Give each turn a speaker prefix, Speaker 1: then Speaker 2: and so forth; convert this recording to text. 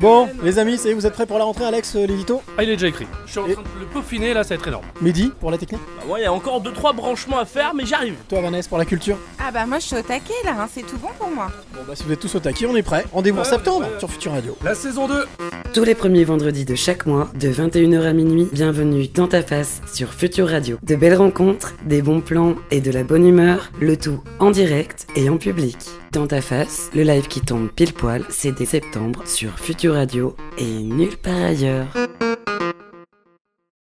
Speaker 1: Bon, les amis, ça y est, vous êtes prêts pour la rentrée, Alex, euh, Lilito
Speaker 2: Ah, il est déjà écrit. Je suis en
Speaker 1: Et-
Speaker 2: train de le peaufiner, là, ça va être énorme.
Speaker 1: Mehdi, pour la technique
Speaker 3: Bah ouais, il y a encore 2-3 branchements à faire, mais j'arrive.
Speaker 1: Toi, Vanessa, pour la culture
Speaker 4: Ah bah moi je suis au taquet là, hein, c'est tout bon pour moi.
Speaker 1: Bon, bah, si vous êtes tous au taquet, on est prêts. Rendez-vous en septembre sur Future Radio.
Speaker 2: La saison 2
Speaker 5: Tous les premiers vendredis de chaque mois, de 21h à minuit, bienvenue dans ta face sur Future Radio. De belles rencontres, des bons plans et de la bonne humeur, le tout en direct et en public. Dans ta face, le live qui tombe pile poil, c'est dès septembre sur Future Radio et nulle part ailleurs.